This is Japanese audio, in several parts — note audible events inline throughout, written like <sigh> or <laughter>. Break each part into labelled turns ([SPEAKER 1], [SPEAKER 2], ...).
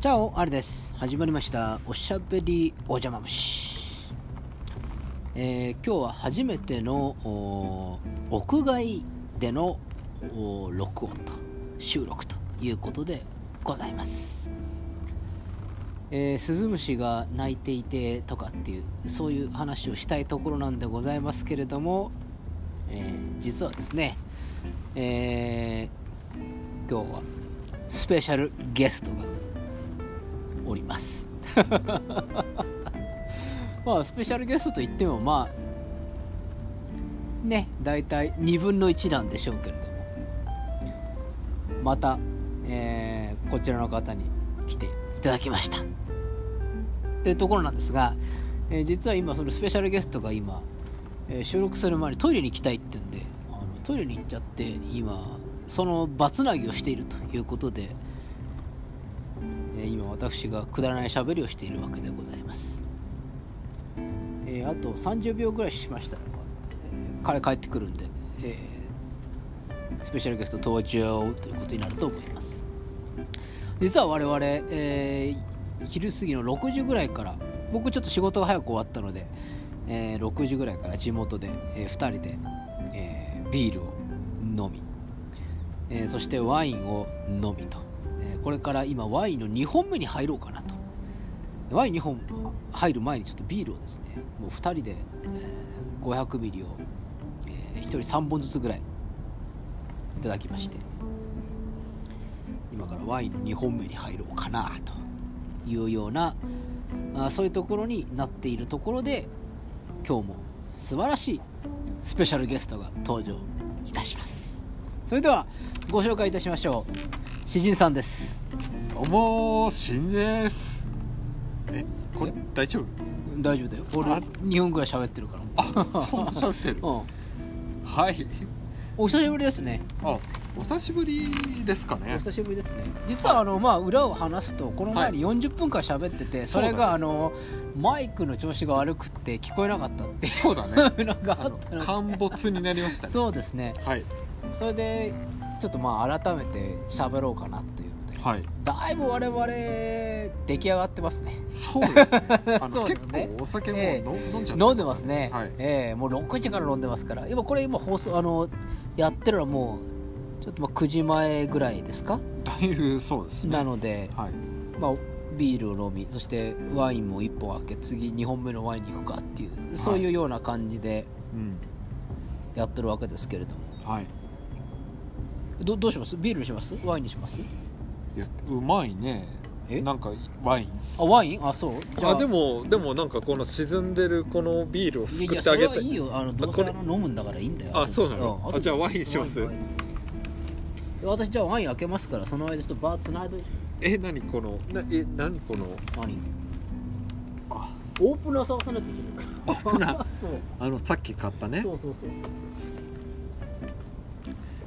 [SPEAKER 1] チャオあれです始まりましたおしゃべりお邪魔虫、えー、今日は初めてのおー屋外でのおー録音と収録ということでございます、えー、スズムシが鳴いていてとかっていうそういう話をしたいところなんでございますけれども、えー実はですね、えー今日はスペシャルゲストがおります <laughs> まあスペシャルゲストといってもまあね大体2分の1なんでしょうけれどもまた、えーこちらの方に来ていただきましたというところなんですが、えー実は今そのスペシャルゲストが今、えー収録する前にトイレに行きたいって言うんであのトイレに行っちゃって今その場つなぎをしているということでえー今私がくだらない喋りをしているわけでございます、えーあと30秒ぐらいしましたら、えー彼帰ってくるんで、えースペシャルゲスト登場ということになると思います実は我々、えー昼過ぎの6時ぐらいから僕ちょっと仕事が早く終わったので、えー6時ぐらいから地元で、え2人で、えービールを飲みえーそしてワインを飲みと、えーこれから今ワインの2本目に入ろうかなとワイン2本入る前にちょっとビールをですねもう2人で、えー500ミリを、え1人3本ずつぐらいいただきまして今からワインの2本目に入ろうかなというようなあーそういうところになっているところで今日も素晴らしいスペシャルゲストが登場いたしますそれではご紹介いたしましょう詩人さんです
[SPEAKER 2] どうもー、しんです。え、これ
[SPEAKER 1] え
[SPEAKER 2] 大丈夫？
[SPEAKER 1] <laughs> 大丈夫だよ俺
[SPEAKER 2] あ
[SPEAKER 1] 2分ぐらい喋ってるから
[SPEAKER 2] あ、そんな喋ってる
[SPEAKER 1] う。ん
[SPEAKER 2] はい。
[SPEAKER 1] お久しぶりですね
[SPEAKER 2] あ、お久しぶりですか
[SPEAKER 1] お
[SPEAKER 2] ね。
[SPEAKER 1] 久しぶりですね実はあの、まあ、裏を話すとこの前に40分間喋ってて、それ
[SPEAKER 2] そう
[SPEAKER 1] が
[SPEAKER 2] だね
[SPEAKER 1] あのマイクの調子が悪くって聞こえなかったってい
[SPEAKER 2] そうだね。
[SPEAKER 1] うのがあ
[SPEAKER 2] あ
[SPEAKER 1] っ
[SPEAKER 2] の
[SPEAKER 1] たの
[SPEAKER 2] 陥没になりましたね。
[SPEAKER 1] そうですね
[SPEAKER 2] はい
[SPEAKER 1] それでちょっとまあ改めて喋ろうかなっていうので
[SPEAKER 2] はい。
[SPEAKER 1] だいぶ我々出来上がってますね
[SPEAKER 2] そうですね。
[SPEAKER 1] <laughs>
[SPEAKER 2] あ
[SPEAKER 1] そ
[SPEAKER 2] の
[SPEAKER 1] うです
[SPEAKER 2] 結
[SPEAKER 1] ね
[SPEAKER 2] 構お酒も
[SPEAKER 1] え
[SPEAKER 2] 飲飲んじゃって
[SPEAKER 1] 飲んでますね、
[SPEAKER 2] はい。
[SPEAKER 1] ええもう6時から飲んでますから今これ今放送あのやってるのはもうちょっとまあ9時前ぐらいですか、
[SPEAKER 2] だいぶそうですね。
[SPEAKER 1] なので、
[SPEAKER 2] はい。
[SPEAKER 1] まあ、ビールを飲みそしてワインも1本開け次2本目のワインに行くかっていうそういうような感じで
[SPEAKER 2] うん。
[SPEAKER 1] やってるわけですけれども、
[SPEAKER 2] はい。
[SPEAKER 1] どどうしますビールにしますワインにします
[SPEAKER 2] いやうまいね。
[SPEAKER 1] え
[SPEAKER 2] なんかワイン。
[SPEAKER 1] あワインあそうじゃあ
[SPEAKER 2] もでもなんかこの沈んでるこのビールを
[SPEAKER 1] いやいやそれはいいよあのどうせ
[SPEAKER 2] これ
[SPEAKER 1] あの飲むんだからいいんだよ
[SPEAKER 2] あそうなの
[SPEAKER 1] ん
[SPEAKER 2] あ
[SPEAKER 1] と
[SPEAKER 2] じゃあワインします
[SPEAKER 1] ワインワイン私じゃあワイン開けますからその間ちょっとバーつないで
[SPEAKER 2] え何このなえ何この
[SPEAKER 1] 何
[SPEAKER 2] あ
[SPEAKER 1] オープナー探さなきゃいけない
[SPEAKER 2] オープナー
[SPEAKER 1] <laughs> そう
[SPEAKER 2] あのさっき買ったね
[SPEAKER 1] そうそうそうそう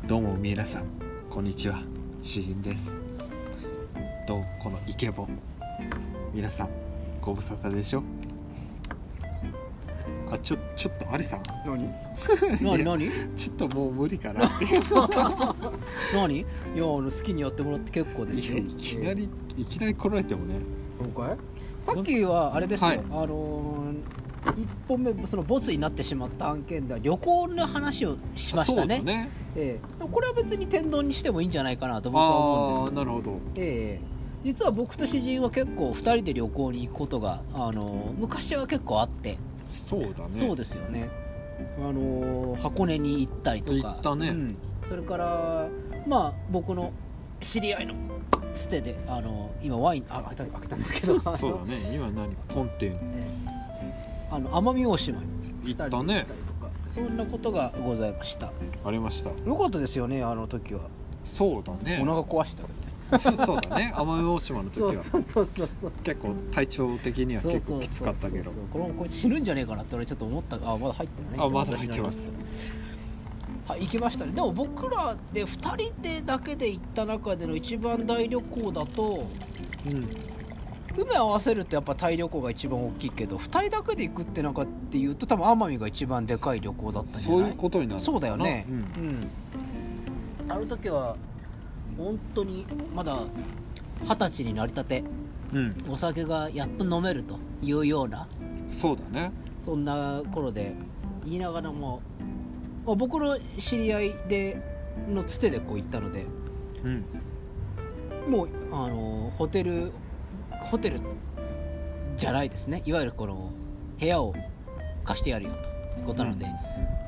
[SPEAKER 2] どうも皆さんこんにちは詩人ですどうもこのイケボ皆さんご無沙汰でしょあちょちょっとアリさん
[SPEAKER 1] 何
[SPEAKER 2] い
[SPEAKER 1] 何
[SPEAKER 2] や
[SPEAKER 1] 何
[SPEAKER 2] ちょっともう無理か
[SPEAKER 1] <laughs>
[SPEAKER 2] なってい
[SPEAKER 1] 何いやあの好きにやってもらって結構ですよ
[SPEAKER 2] やいきなりいきなり来られてもね
[SPEAKER 1] さっきはあれですよ、
[SPEAKER 2] はい
[SPEAKER 1] あのー1本目そのボツになってしまった案件では旅行の話をしまし
[SPEAKER 2] そ
[SPEAKER 1] た
[SPEAKER 2] うだ
[SPEAKER 1] ね
[SPEAKER 2] ね
[SPEAKER 1] ええ、これは別に天丼にしてもいいんじゃないかなと僕は思うん
[SPEAKER 2] あ
[SPEAKER 1] で
[SPEAKER 2] あなるほど
[SPEAKER 1] す、ええ、実は僕と詩人は結構2人で旅行に行くことが、あのー昔は結構あって、
[SPEAKER 2] そうだね
[SPEAKER 1] そうですよねあのー箱根に行ったりとか
[SPEAKER 2] 行ったね
[SPEAKER 1] うんそれからまあ僕の知り合いのつてで、あのー今ワインあ開けた開けたんですけど
[SPEAKER 2] <laughs> そうだね今何ポンって
[SPEAKER 1] あの奄美大島に2
[SPEAKER 2] 行っ
[SPEAKER 1] 人
[SPEAKER 2] た
[SPEAKER 1] で行
[SPEAKER 2] ね
[SPEAKER 1] ったりとかそんなことがございました
[SPEAKER 2] ありました
[SPEAKER 1] よかったですよねあの時は
[SPEAKER 2] そうだ
[SPEAKER 1] お
[SPEAKER 2] ね
[SPEAKER 1] 腹壊したけ
[SPEAKER 2] そう <laughs> そうだね奄美大島の時
[SPEAKER 1] ど
[SPEAKER 2] は
[SPEAKER 1] ねそうそうそうそう
[SPEAKER 2] 結構体調的には
[SPEAKER 1] そう
[SPEAKER 2] 結
[SPEAKER 1] そ
[SPEAKER 2] 構
[SPEAKER 1] う
[SPEAKER 2] きつ
[SPEAKER 1] そ
[SPEAKER 2] か
[SPEAKER 1] う
[SPEAKER 2] ったけど
[SPEAKER 1] そうこれもこいつ死ぬんじゃねえかなって俺ちょっと思ったがあまだ入ってない
[SPEAKER 2] あまだ入ってます
[SPEAKER 1] はい行きましたねでも僕らで2人でだけで行った中での一番大旅行だと
[SPEAKER 2] うん
[SPEAKER 1] 海合わせるとやっぱタイ旅行が一番大きいけど2人だけで行くって中っていうと多分奄美が一番でかい旅行だったんじゃ
[SPEAKER 2] そう
[SPEAKER 1] ない
[SPEAKER 2] いうことになる
[SPEAKER 1] そうだよね
[SPEAKER 2] うん
[SPEAKER 1] うん、あの時は本当にまだ二十歳になりたて
[SPEAKER 2] うん
[SPEAKER 1] お酒がやっと飲めるというような
[SPEAKER 2] そうだね
[SPEAKER 1] そんな頃で言いながらもまあ僕の知り合いでのつてでこう行ったので
[SPEAKER 2] うん
[SPEAKER 1] もうあのホテルホテルじゃないですねいわゆるこの部屋を貸してやるよということなので、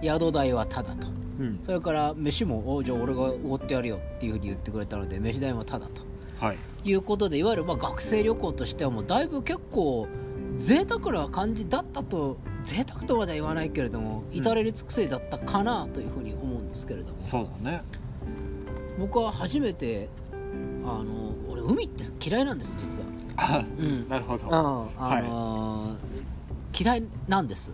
[SPEAKER 1] 宿代はタダと
[SPEAKER 2] うん
[SPEAKER 1] それから飯もおじゃあ俺がおごってやるよっていうふうに言ってくれたので飯代もタダと
[SPEAKER 2] はい
[SPEAKER 1] いうことでいわゆるまあ学生旅行としてはもうだいぶ結構贅沢な感じだったと贅沢とまでは言わないけれども
[SPEAKER 2] ん
[SPEAKER 1] 至れり尽くせりだったかなというふうに思うんですけれども、
[SPEAKER 2] そうだね
[SPEAKER 1] 僕は初めてあの俺海って嫌いなんです実は。
[SPEAKER 2] あ
[SPEAKER 1] うん、
[SPEAKER 2] <laughs> なるほ
[SPEAKER 1] う
[SPEAKER 2] ど
[SPEAKER 1] ん
[SPEAKER 2] は
[SPEAKER 1] あのー嫌いなんです
[SPEAKER 2] い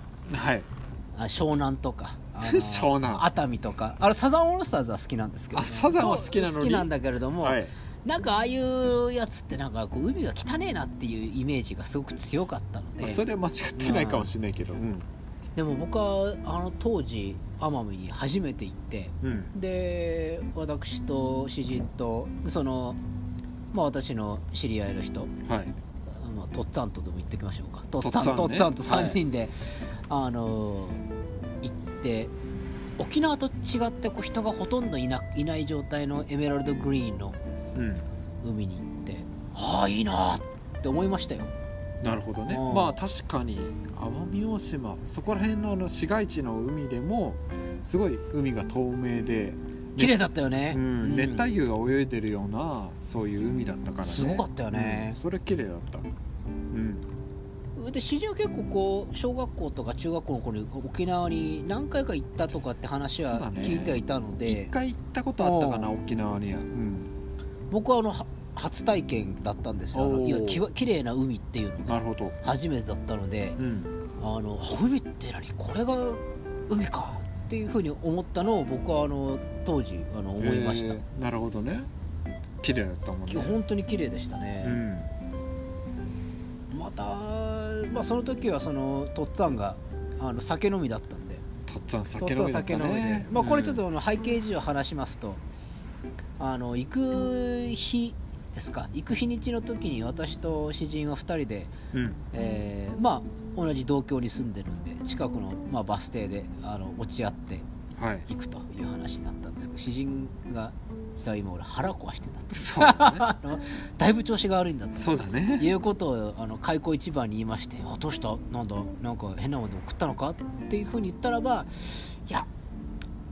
[SPEAKER 1] あ湘南とか、あのー
[SPEAKER 2] <laughs> 湘南
[SPEAKER 1] 熱海とかあれサザンオールスターズは好きなんですけど、
[SPEAKER 2] あサザンは好きなのに
[SPEAKER 1] そう好きなんだけれども、
[SPEAKER 2] はい
[SPEAKER 1] なんかああいうやつってなんかこう海が汚えなっていうイメージがすごく強かったので
[SPEAKER 2] まあそれは間違ってないかもしれないけどうん
[SPEAKER 1] でも僕はあの当時奄美に初めて行って
[SPEAKER 2] うん
[SPEAKER 1] で私と詩人とそのまあ私の知り合いの人
[SPEAKER 2] はい
[SPEAKER 1] まあ、とっつぁんとでも行ってきましょうかとっ
[SPEAKER 2] っ
[SPEAKER 1] つ
[SPEAKER 2] つ
[SPEAKER 1] ぁ
[SPEAKER 2] ぁ
[SPEAKER 1] ん
[SPEAKER 2] ん
[SPEAKER 1] とっ
[SPEAKER 2] ね
[SPEAKER 1] つぁんと3人で、あのー行って沖縄と違ってこう人がほとんどいないない状態のエメラルドグリーンの
[SPEAKER 2] うん
[SPEAKER 1] 海に行ってああいいなって思いましたよ
[SPEAKER 2] なるほどね
[SPEAKER 1] うん
[SPEAKER 2] まあ確かに奄美大島そこら辺のあの市街地の海でもすごい海が透明で、
[SPEAKER 1] 綺麗だったよね、
[SPEAKER 2] うん、熱
[SPEAKER 1] うん
[SPEAKER 2] 帯魚が泳いでるようなそういう海だったからね
[SPEAKER 1] すごかったよね
[SPEAKER 2] うんそれ綺麗だったうん
[SPEAKER 1] で詩人は結構こう小学校とか中学校の頃に沖縄に何回か行ったとかって話
[SPEAKER 2] そうだ
[SPEAKER 1] は
[SPEAKER 2] ね
[SPEAKER 1] 聞いてはいたので、
[SPEAKER 2] 一回行ったことあったかな沖縄にはうん
[SPEAKER 1] 僕はあのは初体験だったんですよあの
[SPEAKER 2] おー
[SPEAKER 1] いやきわ綺麗な海っていうの
[SPEAKER 2] なるほど
[SPEAKER 1] 初めてだったので
[SPEAKER 2] うん
[SPEAKER 1] あの海って何これが海かっていうふうに思ったのを僕はあの当時あの思いました
[SPEAKER 2] え、ーなるほどね綺麗だったもん
[SPEAKER 1] き
[SPEAKER 2] ね
[SPEAKER 1] 本当に綺麗でした
[SPEAKER 2] う
[SPEAKER 1] ね、
[SPEAKER 2] ん
[SPEAKER 1] また、まあ、その時はそのとっつぁんがあの酒飲みだったんで
[SPEAKER 2] とっつぁん
[SPEAKER 1] とっ
[SPEAKER 2] 酒
[SPEAKER 1] つぁ
[SPEAKER 2] 飲
[SPEAKER 1] ん
[SPEAKER 2] みだった
[SPEAKER 1] 酒飲みで、
[SPEAKER 2] ね
[SPEAKER 1] まあ、これちょっ
[SPEAKER 2] うん
[SPEAKER 1] とあの背景事情を話しますとあの行く日ですか行く日にちの時に私と詩人は2人で
[SPEAKER 2] うん
[SPEAKER 1] えーまあ同じ同郷に住んでるんで近くの、まあ、バス停であの落ち合って
[SPEAKER 2] はい
[SPEAKER 1] いくという話になったんですけど詩人が実は今俺腹壊してたと
[SPEAKER 2] そうだ
[SPEAKER 1] <laughs> あのだいぶ調子が悪いんだ
[SPEAKER 2] ね
[SPEAKER 1] と
[SPEAKER 2] そうだね
[SPEAKER 1] いうことをあの開口一番に言いまして「あどうしたなんだなんか変なものでも食ったのか?」っていうふうに言ったらば「いや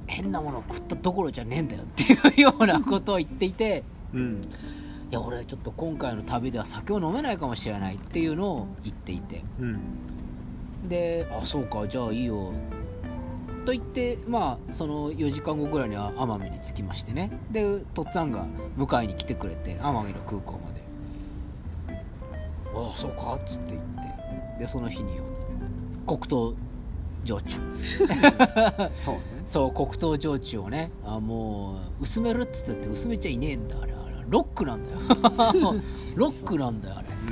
[SPEAKER 1] 変なものを食ったどころじゃねえんだよ」っていうようなことを言っていて
[SPEAKER 2] うん
[SPEAKER 1] 「いや俺ちょっと今回の旅では酒を飲めないかもしれない」っていうのを言っていて。
[SPEAKER 2] うん
[SPEAKER 1] で「あそうかじゃあいいよ」と言ってまあその4時間後ぐらいには奄美に着きましてねでとっつぁんが迎えに来てくれて奄美の空港まで「ああそうか」っつって言ってでその日には黒糖焼酎
[SPEAKER 2] そうね
[SPEAKER 1] そう黒糖焼酎をねあもう薄めるっつったって薄めちゃいねえんだあれあれロックなんだよ <laughs> ロックなんだよあれ
[SPEAKER 2] うん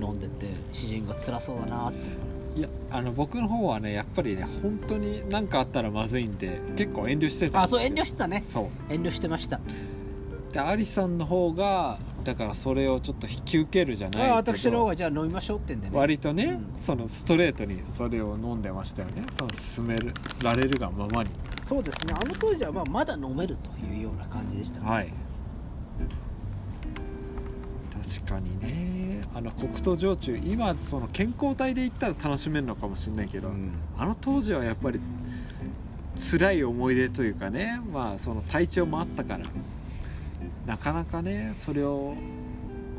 [SPEAKER 1] うん飲んでて詩人が辛そうだなって
[SPEAKER 2] いやあの僕の方はねやっぱりね本当に何かあったらまずいんで結構遠慮してた
[SPEAKER 1] あそう遠慮してたね
[SPEAKER 2] そう
[SPEAKER 1] 遠慮してました
[SPEAKER 2] でアリさんの方がだからそれをちょっと引き受けるじゃないけ
[SPEAKER 1] あ
[SPEAKER 2] ど
[SPEAKER 1] 私の方がじゃあ飲みましょうってんでね
[SPEAKER 2] 割とね、
[SPEAKER 1] うん
[SPEAKER 2] そのストレートにそれを飲んでましたよねその勧められるがままに
[SPEAKER 1] そうですねあの当時はまあまだ飲めるというような感じでした、
[SPEAKER 2] はい確かにねあの黒糖焼酎今その健康体で行ったら楽しめるのかもしれないけど、あの当時はやっぱり辛い思い出というかねまあその体調もあったからなかなかねそれを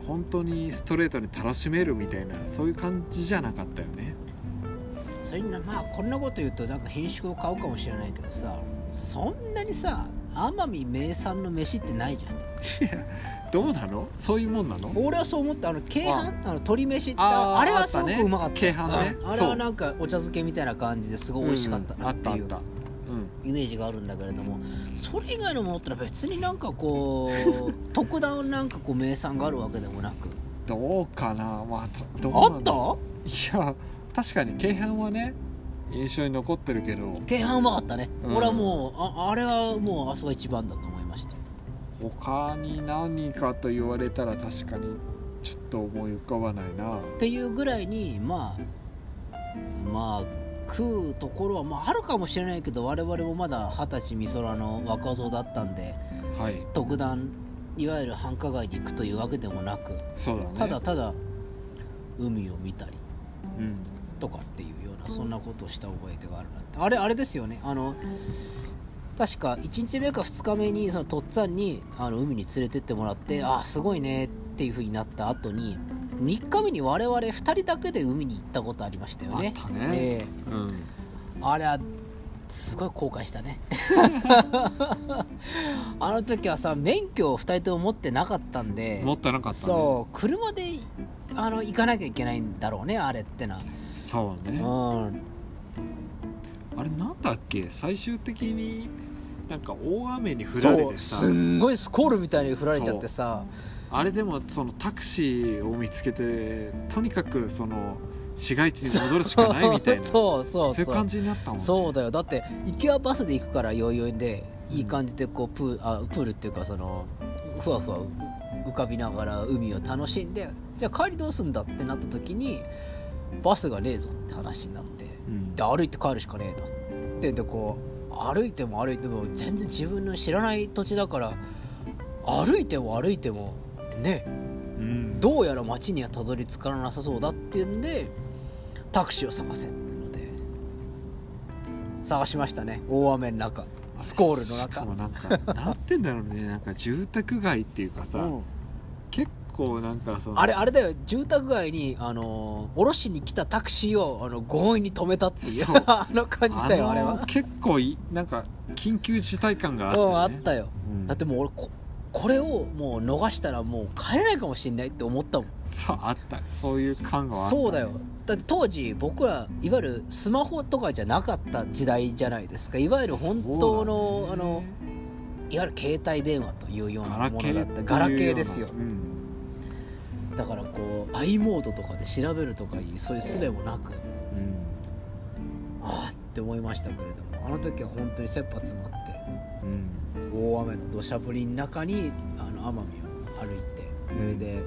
[SPEAKER 2] 本当にストレートに楽しめるみたいなそういう感じじゃなかったよね
[SPEAKER 1] それになまあこんなこと言うとなんか品種を買うかもしれないけどさそんなにさ奄美名産の飯ってないじゃん
[SPEAKER 2] どうなのそういうもんなの
[SPEAKER 1] 俺はそう思ったあの京阪あ
[SPEAKER 2] あ
[SPEAKER 1] の鶏飯って
[SPEAKER 2] あ
[SPEAKER 1] あ
[SPEAKER 2] ー
[SPEAKER 1] れはすごく
[SPEAKER 2] あったね
[SPEAKER 1] うまかった
[SPEAKER 2] 鶏飯ね
[SPEAKER 1] うんあれ
[SPEAKER 2] そ
[SPEAKER 1] は
[SPEAKER 2] う
[SPEAKER 1] なんかお茶漬けみたいな感じですごい美味しかったなってい
[SPEAKER 2] うん
[SPEAKER 1] う
[SPEAKER 2] あったあったうん
[SPEAKER 1] イメージがあるんだけれどもそれ以外のものってのは別になんかこ
[SPEAKER 2] <laughs>
[SPEAKER 1] う特段なんかこう名産があるわけでもなく
[SPEAKER 2] どうかなまあどどう
[SPEAKER 1] あ
[SPEAKER 2] なん
[SPEAKER 1] っ
[SPEAKER 2] です
[SPEAKER 1] た
[SPEAKER 2] いや確かに京阪はね印象に残ってるけど
[SPEAKER 1] 軽飯うまかったね、
[SPEAKER 2] うん
[SPEAKER 1] 俺はもうああれはもうあそこが一番だと思いました
[SPEAKER 2] 他に何かと言われたら確かにちょっと思い浮かばないな
[SPEAKER 1] っていうぐらいにまあまあ食うところは、まあ、あるかもしれないけど我々もまだ二十歳美空の若造だったんで
[SPEAKER 2] はい
[SPEAKER 1] 特段いわゆる繁華街に行くというわけでもなく
[SPEAKER 2] そうだね
[SPEAKER 1] ただただ海を見たり
[SPEAKER 2] うん
[SPEAKER 1] とかっていうようなそんなことをした覚えてがあるなってあれあれですよねあの確か1日目か2日目にそのとっつぁんにあの海に連れてってもらってああすごいねっていう風になった後に3日目に我々2人だけで海に行ったことありましたよね
[SPEAKER 2] あったね
[SPEAKER 1] ええ
[SPEAKER 2] うん
[SPEAKER 1] あれはすごい後悔したね <laughs> あの時はさ免許を2人とも持ってなかったんで
[SPEAKER 2] 持ってなかったね
[SPEAKER 1] そう車であの行かなきゃいけないんだろうねあれってな
[SPEAKER 2] そうね
[SPEAKER 1] うん
[SPEAKER 2] あれなんだっけ最終的になんか大雨に降られ
[SPEAKER 1] そう
[SPEAKER 2] てさ
[SPEAKER 1] すんごいスコールみたいに振られちゃってさ
[SPEAKER 2] あれでもそのタクシーを見つけてとにかくその市街地に戻るしかないみたい
[SPEAKER 1] <laughs>
[SPEAKER 2] な
[SPEAKER 1] そうそう
[SPEAKER 2] そう
[SPEAKER 1] そ
[SPEAKER 2] いうう感じになったもんね
[SPEAKER 1] そうだよだって行きはバスで行くから余裕でいい感じでこうプーあプールっていうかそのふわふわ浮かびながら海を楽しんでじゃあ帰りどうすんだってなった時にバスがねえぞって話になって
[SPEAKER 2] うん
[SPEAKER 1] で歩いて帰るしかねえなってでこう歩いても歩いても全然自分の知らない土地だから歩いても歩いてもね
[SPEAKER 2] うん
[SPEAKER 1] どうやら町にはたどり着からなさそうだっていうんでタクシーを探せっていうので探しましたね大雨の中スコールの
[SPEAKER 2] しか
[SPEAKER 1] 中
[SPEAKER 2] もなんかなんてんだろうねなんか住宅街っていうかさ、
[SPEAKER 1] うん
[SPEAKER 2] 結構なんかその
[SPEAKER 1] あれあれだよ住宅街にあのー降ろしに来たタクシーをあの強引に止めたっていう
[SPEAKER 2] そう
[SPEAKER 1] <laughs> あの感じだよあれ
[SPEAKER 2] の
[SPEAKER 1] は
[SPEAKER 2] 結構いなんか緊急事態感が
[SPEAKER 1] う
[SPEAKER 2] あったよ
[SPEAKER 1] ん
[SPEAKER 2] ね
[SPEAKER 1] あったよ
[SPEAKER 2] うん
[SPEAKER 1] だってもう俺ここれをもう逃したらもう帰れないかもしれないって思ったもん
[SPEAKER 2] そうあったそういう感があった
[SPEAKER 1] そうだよだって当時僕らいわゆるスマホとかじゃなかった時代じゃないですかいわゆる本当の、
[SPEAKER 2] そう
[SPEAKER 1] あ
[SPEAKER 2] だ
[SPEAKER 1] の
[SPEAKER 2] ね
[SPEAKER 1] いわゆる携帯電話というよう
[SPEAKER 2] ガ
[SPEAKER 1] な
[SPEAKER 2] ラ
[SPEAKER 1] も
[SPEAKER 2] ケ
[SPEAKER 1] のだ
[SPEAKER 2] ー
[SPEAKER 1] っ
[SPEAKER 2] っていう
[SPEAKER 1] た
[SPEAKER 2] ような
[SPEAKER 1] ガラケーですよ
[SPEAKER 2] うん
[SPEAKER 1] だからこう i モードとかで調べるとかいうそういう術もなくああって思いましたけれどもあの時は本当に切羽詰まって
[SPEAKER 2] うんうん
[SPEAKER 1] 大雨の土砂降りの中にあの奄美を歩いてそれで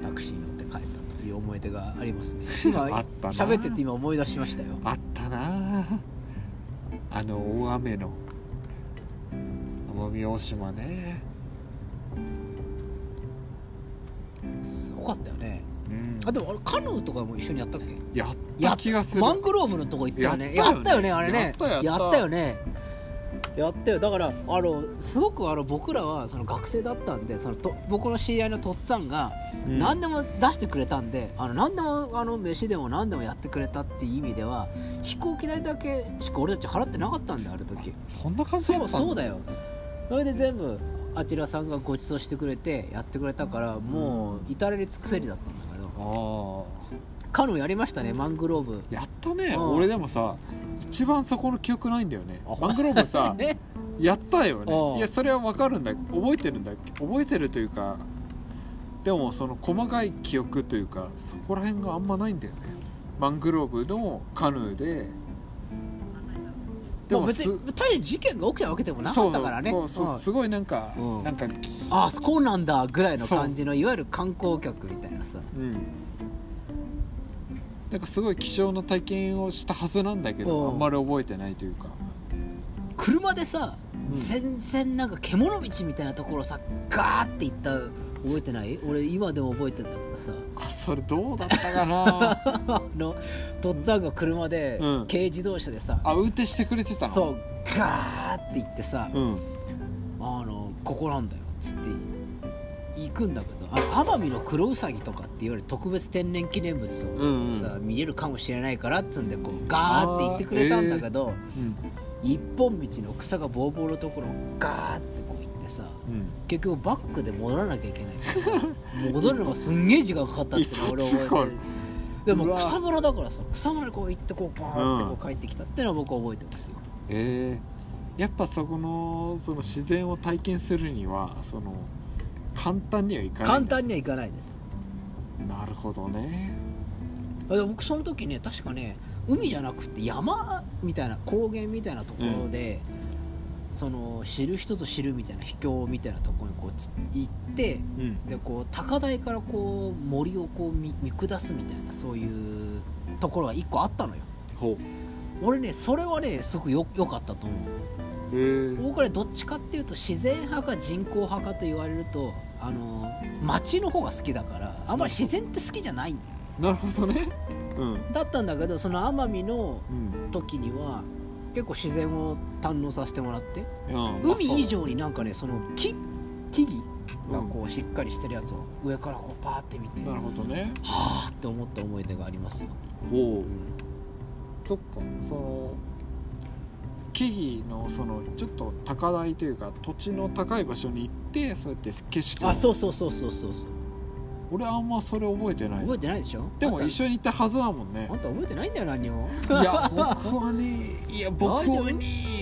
[SPEAKER 1] タクシーに乗って帰ったという思い出がありますね今
[SPEAKER 2] <laughs> あったな
[SPEAKER 1] 喋ってて今思い出しましたよ
[SPEAKER 2] あったなああの大雨の奄美大島ね
[SPEAKER 1] すごかったよね
[SPEAKER 2] うん
[SPEAKER 1] あでもあれカヌーとかも一緒にやったっけ
[SPEAKER 2] やった気がする
[SPEAKER 1] マングローブのとこ行ったよねや
[SPEAKER 2] や
[SPEAKER 1] っ
[SPEAKER 2] ったた
[SPEAKER 1] よ
[SPEAKER 2] よ
[SPEAKER 1] ね
[SPEAKER 2] ね
[SPEAKER 1] あれね
[SPEAKER 2] やったやった
[SPEAKER 1] よねやったよだからあのすごくあの僕らはその学生だったんでそのと僕の知り合いのとっつぁんが
[SPEAKER 2] うん
[SPEAKER 1] 何でも出してくれたんで、あの何でもあの飯でも何でもやってくれたっていう意味では飛行機代だけしか俺たち払ってなかったんだよある時
[SPEAKER 2] そんな感じだ
[SPEAKER 1] そ
[SPEAKER 2] っ
[SPEAKER 1] う
[SPEAKER 2] た
[SPEAKER 1] そう
[SPEAKER 2] だ
[SPEAKER 1] だよそれで全部あちらさんがご馳走してくれてやってくれたからもう至れり尽くせりだったんだけど
[SPEAKER 2] ああ
[SPEAKER 1] カヌーやりましたねマングローブ
[SPEAKER 2] やったね、
[SPEAKER 1] うん
[SPEAKER 2] 俺でもさ一番そこの記憶ないんだよね
[SPEAKER 1] あ
[SPEAKER 2] マングローブ
[SPEAKER 1] <laughs>
[SPEAKER 2] さ
[SPEAKER 1] ね
[SPEAKER 2] やったよ
[SPEAKER 1] うん
[SPEAKER 2] ねいやそれは分かるんだ覚えてるんだっけ覚えてるというかでもその細かい記憶というかそこら辺があんまないんだよねマングローブのカヌーで
[SPEAKER 1] でも別
[SPEAKER 2] す
[SPEAKER 1] に大して事件が起きたわけでもなかったからね
[SPEAKER 2] そうそうそう
[SPEAKER 1] うん
[SPEAKER 2] すごいなんか、
[SPEAKER 1] うん
[SPEAKER 2] なんか
[SPEAKER 1] ああそうなんだぐらいの感じのいわゆる観光客みたいなさ
[SPEAKER 2] うんなんかすごい希少な体験をしたはずなんだけ
[SPEAKER 1] う
[SPEAKER 2] ど
[SPEAKER 1] ん
[SPEAKER 2] あんまり覚えてないというか
[SPEAKER 1] 車でさ、
[SPEAKER 2] うん
[SPEAKER 1] 全然なんか獣道みたいなところさガーって行った覚えてない俺今でも覚えてんだけどさ
[SPEAKER 2] あそれどうだったかな <laughs>
[SPEAKER 1] あのとっつぁんが車で、
[SPEAKER 2] うん
[SPEAKER 1] 軽自動車でさ
[SPEAKER 2] あ運転してくれてたの
[SPEAKER 1] そうガーって行ってさ、
[SPEAKER 2] うん
[SPEAKER 1] あのここなんだよっつって行くんだけどあの奄美の黒ウサギとかっていわゆる特別天然記念物を
[SPEAKER 2] うんうん
[SPEAKER 1] さ見れるかもしれないからっつうんでこうガーって行ってくれたんだけど、
[SPEAKER 2] うん
[SPEAKER 1] 一本道の草がボーボーのところをガーってこう行ってさ
[SPEAKER 2] うん
[SPEAKER 1] 結局バックで戻らなきゃいけないから
[SPEAKER 2] <laughs>
[SPEAKER 1] さ戻るのがすんげえ時間かかったっていうのを俺覚えてるで
[SPEAKER 2] う
[SPEAKER 1] も
[SPEAKER 2] わ
[SPEAKER 1] 草むらだからさ草むらにこう行ってこうバーってこう帰ってきたっていうのは僕は覚えてますよ、
[SPEAKER 2] えー、やっぱそこのその自然を体験するにはその簡単にはいかない
[SPEAKER 1] 簡
[SPEAKER 2] んだ
[SPEAKER 1] 単にはいかないです
[SPEAKER 2] なるほどね
[SPEAKER 1] で僕その時ね確かね海じゃなくて山みたいな高原みたいなところで、その知る人ぞ知るみたいな秘境みたいなところにこうつ行って
[SPEAKER 2] うん
[SPEAKER 1] でこう高台からこう森をこう見見下すみたいなそういうところが1個あったのよ
[SPEAKER 2] ほ
[SPEAKER 1] 俺ねそれはねすごくよ良かったと思う
[SPEAKER 2] うへえ
[SPEAKER 1] 僕らどっちかっていうと自然派か人工派かと言われるとあの街の方が好きだからあんまり自然って好きじゃないんだよ
[SPEAKER 2] なるほどねうん
[SPEAKER 1] だったんだけどその奄美の
[SPEAKER 2] うん
[SPEAKER 1] 時には結構自然を堪能させてもらって
[SPEAKER 2] うん
[SPEAKER 1] 海以
[SPEAKER 2] 上
[SPEAKER 1] 上になんかねその木木々がこうしっかりしてるやつを上からこうパーって見て
[SPEAKER 2] な
[SPEAKER 1] は
[SPEAKER 2] るほどね
[SPEAKER 1] あって思った思い出がありますよ
[SPEAKER 2] ほうそっかその木々のそのちょっと高台というか土地の高い場所に行ってそうやって景色を
[SPEAKER 1] あそうそうそうそうそうそう
[SPEAKER 2] 俺あんまそれ覚えてない
[SPEAKER 1] 覚えてないでしょ
[SPEAKER 2] でも一
[SPEAKER 1] 緒
[SPEAKER 2] 緒に行ったはずだもん
[SPEAKER 1] <laughs>
[SPEAKER 2] ね
[SPEAKER 1] あんた覚えてないんだよ何にも
[SPEAKER 2] いや僕はねい
[SPEAKER 1] <laughs>
[SPEAKER 2] や僕はね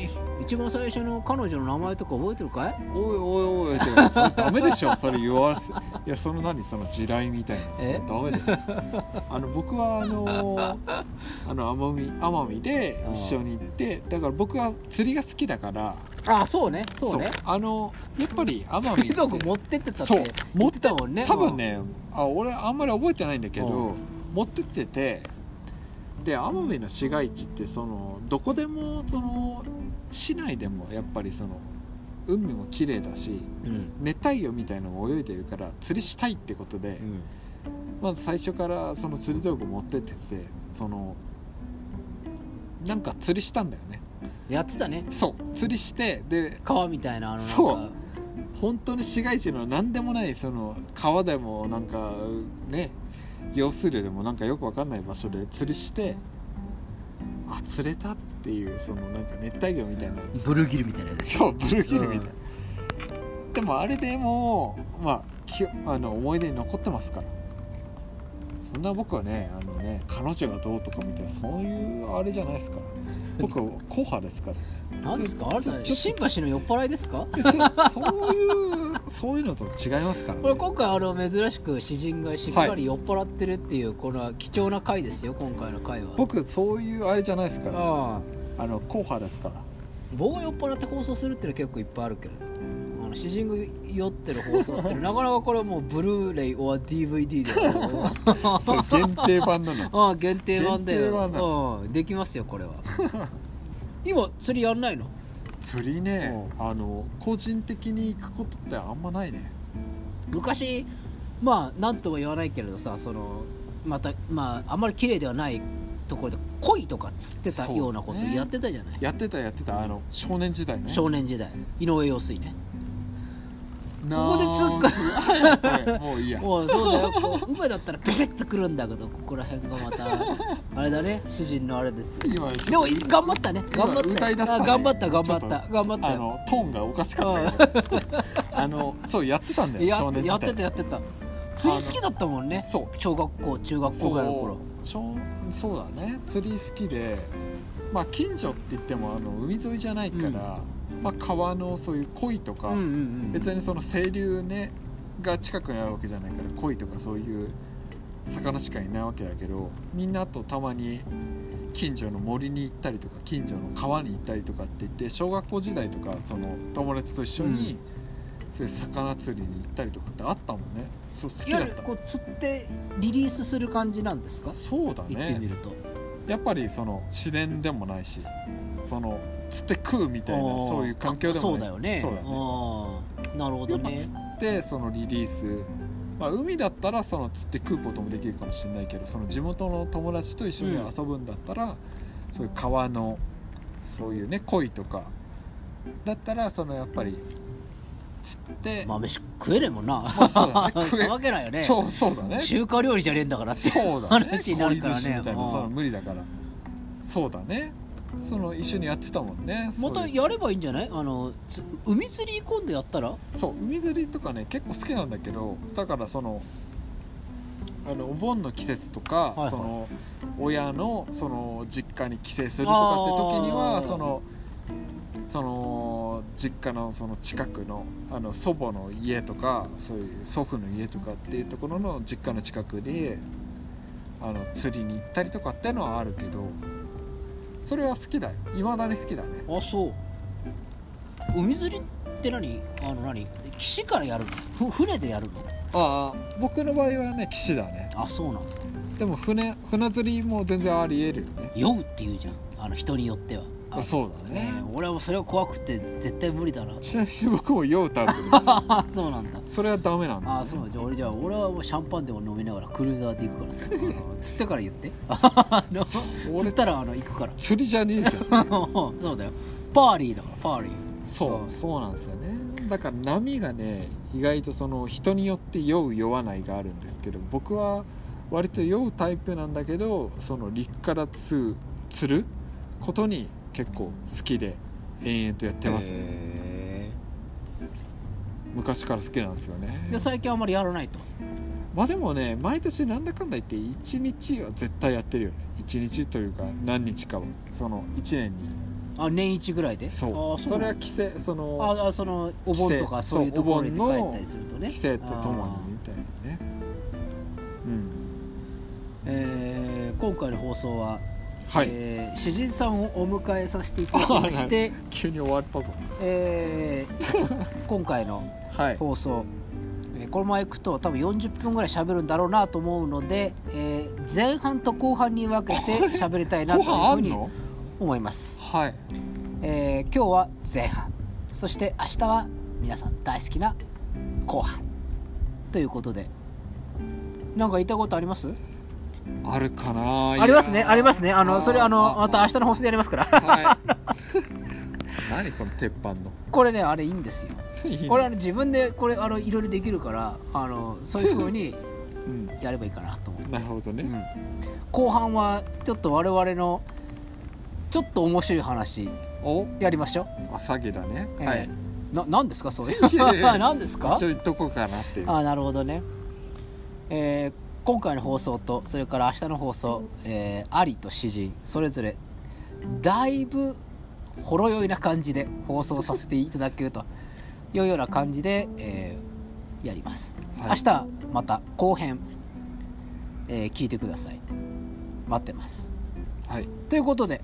[SPEAKER 1] 一番最初の彼女の名前とか覚えてるかい
[SPEAKER 2] おいおいおいってそれダメでしょそれ言わせいやその何その地雷みたいなそれ
[SPEAKER 1] え
[SPEAKER 2] ダメだよ
[SPEAKER 1] <laughs>
[SPEAKER 2] あの僕はあのーあの奄美奄美で一緒に行ってだから僕は釣りが好きだから
[SPEAKER 1] あそうねそうね
[SPEAKER 2] あのやっぱり奄
[SPEAKER 1] ス
[SPEAKER 2] 美
[SPEAKER 1] ピード
[SPEAKER 2] って
[SPEAKER 1] 持ってってたって
[SPEAKER 2] そう
[SPEAKER 1] 持ってたもんね
[SPEAKER 2] 多分ねあ俺あんまり覚えてないんだけ
[SPEAKER 1] う
[SPEAKER 2] ど持ってっててで奄美の市街地ってそのどこでもその市内でもやっぱりその海も綺麗だし
[SPEAKER 1] うん
[SPEAKER 2] 熱帯魚みたいのが泳いでるから釣りしたいってことで、
[SPEAKER 1] うん
[SPEAKER 2] まず最初からその釣り道具持ってっててそのなんか釣りしたんだよね
[SPEAKER 1] やってたね
[SPEAKER 2] そう釣りしてで
[SPEAKER 1] 川みたいなあのなんか
[SPEAKER 2] そう本当に市街地の何でもないその川でもなんかね用水路でもなんかよくわかんない場所で釣りしてあ釣れたっていうそのなんか熱帯魚みたいなやつ
[SPEAKER 1] ブルーギルみたいなやつ
[SPEAKER 2] そうブルーギルみたいな、でもあれでもうまあきあの思い出に残ってますからそんな僕はねあのね彼女がどうとかみたいなそういうあれじゃないですから僕は硬派ですから
[SPEAKER 1] 何ですかあれ
[SPEAKER 2] ちょ
[SPEAKER 1] だ
[SPEAKER 2] ちょ
[SPEAKER 1] 新橋の酔っ払いですか
[SPEAKER 2] でそ <laughs> そういうそういうのと違いますから、ね、
[SPEAKER 1] これ今回あの珍しく詩人がしっかり酔っ払ってるっていうこの貴重な回ですよ今回の回は
[SPEAKER 2] 僕そういうあれじゃないですから
[SPEAKER 1] ああ
[SPEAKER 2] あの硬派ですから
[SPEAKER 1] 僕が酔っ払って放送するっていうのは結構いっぱいあるけれどあの詩人が酔ってる放送っていうのはなかなかこれはもうブルーレイ or DVD
[SPEAKER 2] <laughs>
[SPEAKER 1] で
[SPEAKER 2] それ限定版
[SPEAKER 1] <laughs>
[SPEAKER 2] なの
[SPEAKER 1] ああ限定版で
[SPEAKER 2] 限定版な
[SPEAKER 1] うん、できますよこれは <laughs> 今釣りやんないの
[SPEAKER 2] 釣りねあの個人的に行くことってあんまないね
[SPEAKER 1] 昔まあ何とも言わないけれどさそのまたまああんまり綺麗ではないところで鯉とか釣ってたようなこと
[SPEAKER 2] そうね
[SPEAKER 1] やってたじゃない、
[SPEAKER 2] やってたやってたあの少年時代ね
[SPEAKER 1] 少年時代井上陽水ね
[SPEAKER 2] な
[SPEAKER 1] ここで
[SPEAKER 2] ーんはいもういいや
[SPEAKER 1] おうそうだよこう馬だったらビシッとくるんだけどここら辺がま
[SPEAKER 2] <laughs>
[SPEAKER 1] たあれだね主人のあれですよ
[SPEAKER 2] 今ち
[SPEAKER 1] で
[SPEAKER 2] ょ
[SPEAKER 1] も
[SPEAKER 2] っと
[SPEAKER 1] 頑張ったね
[SPEAKER 2] 今
[SPEAKER 1] 頑張ったよ
[SPEAKER 2] 歌い出した
[SPEAKER 1] あ
[SPEAKER 2] ね
[SPEAKER 1] 頑張った頑張っ
[SPEAKER 2] ちょ
[SPEAKER 1] た頑張った
[SPEAKER 2] あ
[SPEAKER 1] よ
[SPEAKER 2] のトーンがおかしかったけど <laughs> あのそうやってたんだよ
[SPEAKER 1] や
[SPEAKER 2] 少年時
[SPEAKER 1] やっ
[SPEAKER 2] 代
[SPEAKER 1] てたやってた釣り好きだったもんね
[SPEAKER 2] そう
[SPEAKER 1] 小学校中学校ぐらいの頃
[SPEAKER 2] そうしょうそうだね釣り好きでまあ近所って言ってもあの海沿いじゃないから、
[SPEAKER 1] うん
[SPEAKER 2] まあ、川のそういう鯉とか、
[SPEAKER 1] うんうんうん
[SPEAKER 2] 別にその清流ねが近くにあるわけじゃないから鯉とかそういう魚しかいないわけだけどみんなとたまに近所の森に行ったりとか近所の川に行ったりとかって言って小学校時代とかその友達と一緒に、
[SPEAKER 1] うん
[SPEAKER 2] そういう魚釣りに行ったりとかってあったもんねそう好き
[SPEAKER 1] いわ
[SPEAKER 2] だ
[SPEAKER 1] ゆ
[SPEAKER 2] っ
[SPEAKER 1] る
[SPEAKER 2] た
[SPEAKER 1] こう釣ってリリースする感じなんですか
[SPEAKER 2] そうだね
[SPEAKER 1] 行ってみると
[SPEAKER 2] やっぱりその自然でもないしその釣って食うみたいな
[SPEAKER 1] あー
[SPEAKER 2] そういう環境で
[SPEAKER 1] そ
[SPEAKER 2] も
[SPEAKER 1] う
[SPEAKER 2] な
[SPEAKER 1] だ
[SPEAKER 2] い
[SPEAKER 1] よね
[SPEAKER 2] そうだね
[SPEAKER 1] ああなるほど
[SPEAKER 2] や
[SPEAKER 1] ね
[SPEAKER 2] っでそのリリース、まあ、海だったらその釣って食うこともできるかもしれないけどその地元の友達と一緒に
[SPEAKER 1] うん
[SPEAKER 2] 遊ぶんだったら、そういう川のそういうね鯉とかだったらそのやっぱり釣って、
[SPEAKER 1] まあ飯食えねえもんな
[SPEAKER 2] まあそうだ
[SPEAKER 1] <laughs>
[SPEAKER 2] ね
[SPEAKER 1] そんなわけないよね
[SPEAKER 2] <laughs> そうそうだね
[SPEAKER 1] 中華料理じゃねえんだからって
[SPEAKER 2] そうだね
[SPEAKER 1] 話になるからね
[SPEAKER 2] 小泉みたい
[SPEAKER 1] うん
[SPEAKER 2] なその無理だからそうだねその一緒にやってたもんね
[SPEAKER 1] <laughs> ま
[SPEAKER 2] そう
[SPEAKER 1] た
[SPEAKER 2] いう
[SPEAKER 1] やればいいんじゃないあのつ海釣り今度やったら
[SPEAKER 2] そう海釣りとかね結構好きなんだけどだからそのあのお盆の季節とか、
[SPEAKER 1] いはい
[SPEAKER 2] その親のその実家に帰省するとかって時に
[SPEAKER 1] あー
[SPEAKER 2] はそのその実家のその近くのあの祖母の家とかそういう祖父の家とかっていうところの実家の近くであの釣りに行ったりとかっていうのはあるけどそれは好きだよいまだに好きだね
[SPEAKER 1] あそう海釣りって何あの何岸からやるのふ船でやるの
[SPEAKER 2] ああ僕の場合はね岸だね
[SPEAKER 1] あそうなの
[SPEAKER 2] でも船船釣りも全然ありえるよね
[SPEAKER 1] 酔うって言うじゃんあの人によっては
[SPEAKER 2] あそうだね
[SPEAKER 1] ね俺はそれが怖くて絶対無理だな
[SPEAKER 2] ちなみに僕も酔うタイプで
[SPEAKER 1] あそうなんだ
[SPEAKER 2] <laughs> すそれはダメなんだ
[SPEAKER 1] あそうじゃあ俺じゃあ俺はもうシャンパンでも飲みながらクルーザーで行くからさあの <laughs> 釣ったから言ってあの釣
[SPEAKER 2] そ
[SPEAKER 1] ったらあの行くから
[SPEAKER 2] 釣りじゃねえじ <laughs> ゃ
[SPEAKER 1] <laughs>
[SPEAKER 2] ん
[SPEAKER 1] そうだよパーリーだからパーリー
[SPEAKER 2] そうそうなんですよねだから波がね意外とその人によって酔う酔わないがあるんですけど僕は割と酔うタイプなんだけどその陸からつ釣ることに結構好きで延々とやってますね、
[SPEAKER 1] へ
[SPEAKER 2] 昔から好きなんですよね
[SPEAKER 1] ーで最近あんまりやらないと
[SPEAKER 2] まあでもね毎年なんだかんだ言って1日は絶対やってるよね1日というか何日かはその1年に
[SPEAKER 1] あ年一ぐらいで
[SPEAKER 2] そう
[SPEAKER 1] あ
[SPEAKER 2] それ
[SPEAKER 1] な
[SPEAKER 2] は
[SPEAKER 1] んだ
[SPEAKER 2] 帰省その
[SPEAKER 1] ああそのお盆とか
[SPEAKER 2] 帰省
[SPEAKER 1] そういうところに帰
[SPEAKER 2] そうお盆の
[SPEAKER 1] ったりするとね
[SPEAKER 2] 帰省とともにみたいなねうん
[SPEAKER 1] えー今回の放送は、
[SPEAKER 2] はい、
[SPEAKER 1] えー主人さんをお迎えさせていただきま
[SPEAKER 2] <laughs>
[SPEAKER 1] して、
[SPEAKER 2] 急に終わったぞ
[SPEAKER 1] えー今回の
[SPEAKER 2] はい
[SPEAKER 1] 放送、えーこのままいくと多分40分ぐらい喋るんだろうなと思うので、えー前半と後半に分けて喋りたいな
[SPEAKER 2] ご
[SPEAKER 1] という
[SPEAKER 2] 飯
[SPEAKER 1] ふ
[SPEAKER 2] あ
[SPEAKER 1] うんに
[SPEAKER 2] の
[SPEAKER 1] 思います、
[SPEAKER 2] はい
[SPEAKER 1] えー今日は前半そして明日は皆さん大好きな後半ということで何か言いたいことあります
[SPEAKER 2] あるかないや
[SPEAKER 1] ありますねありますねあのそれあのまた明日の放送でやりますから <laughs>
[SPEAKER 2] はい何この鉄板の
[SPEAKER 1] これねあれいいんですよ
[SPEAKER 2] いいね
[SPEAKER 1] これあの自分でこれあのいろいろできるからあのそういうふう
[SPEAKER 2] <laughs>
[SPEAKER 1] に
[SPEAKER 2] うん
[SPEAKER 1] やればいいかなと思って、
[SPEAKER 2] なるほど
[SPEAKER 1] う
[SPEAKER 2] ね
[SPEAKER 1] ん、後半はちょっと我々のちょっと面白い話
[SPEAKER 2] お
[SPEAKER 1] やりましょう、
[SPEAKER 2] あ詐欺だね
[SPEAKER 1] えー
[SPEAKER 2] はい
[SPEAKER 1] な何ですかそういう
[SPEAKER 2] いやい
[SPEAKER 1] <laughs>
[SPEAKER 2] や
[SPEAKER 1] 何ですか
[SPEAKER 2] 一応どこかなっていう
[SPEAKER 1] あなるほどね、えー今回の放送とそれから明日の放送、えー、アリと詩人それぞれだいぶほろ酔いな感じで放送させていただけるというような感じで、えーやります、明
[SPEAKER 2] はい
[SPEAKER 1] 日また後編、えー聞いてください待ってます
[SPEAKER 2] はい
[SPEAKER 1] ということで、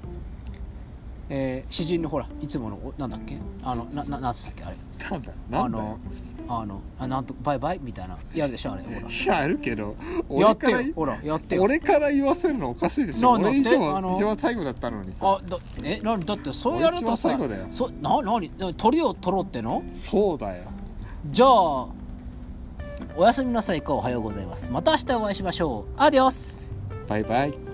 [SPEAKER 1] えー詩人のほらいつものおなんだっけあのなななんつったっけあれ
[SPEAKER 2] なんだなんだ
[SPEAKER 1] あ
[SPEAKER 2] よ
[SPEAKER 1] のあのあなんとバイバイみたいなやるでしょあれほら
[SPEAKER 2] いやあるけど
[SPEAKER 1] や
[SPEAKER 2] 俺
[SPEAKER 1] っ
[SPEAKER 2] か
[SPEAKER 1] て
[SPEAKER 2] ら
[SPEAKER 1] よほらやってよ
[SPEAKER 2] 俺から言わせるのおかしいでし
[SPEAKER 1] な
[SPEAKER 2] ょ
[SPEAKER 1] んだっ
[SPEAKER 2] 俺
[SPEAKER 1] て
[SPEAKER 2] 以
[SPEAKER 1] あ
[SPEAKER 2] 上
[SPEAKER 1] の
[SPEAKER 2] 一番最後だったのにさ
[SPEAKER 1] あだえなにだってそうやると
[SPEAKER 2] 俺
[SPEAKER 1] さ
[SPEAKER 2] 一番最後だよ
[SPEAKER 1] そななに鳥を取ろうっての
[SPEAKER 2] そうだよ
[SPEAKER 1] じゃあおやすみなさいかおはようございますまた明日お会いしましょうアディオス
[SPEAKER 2] バイバイ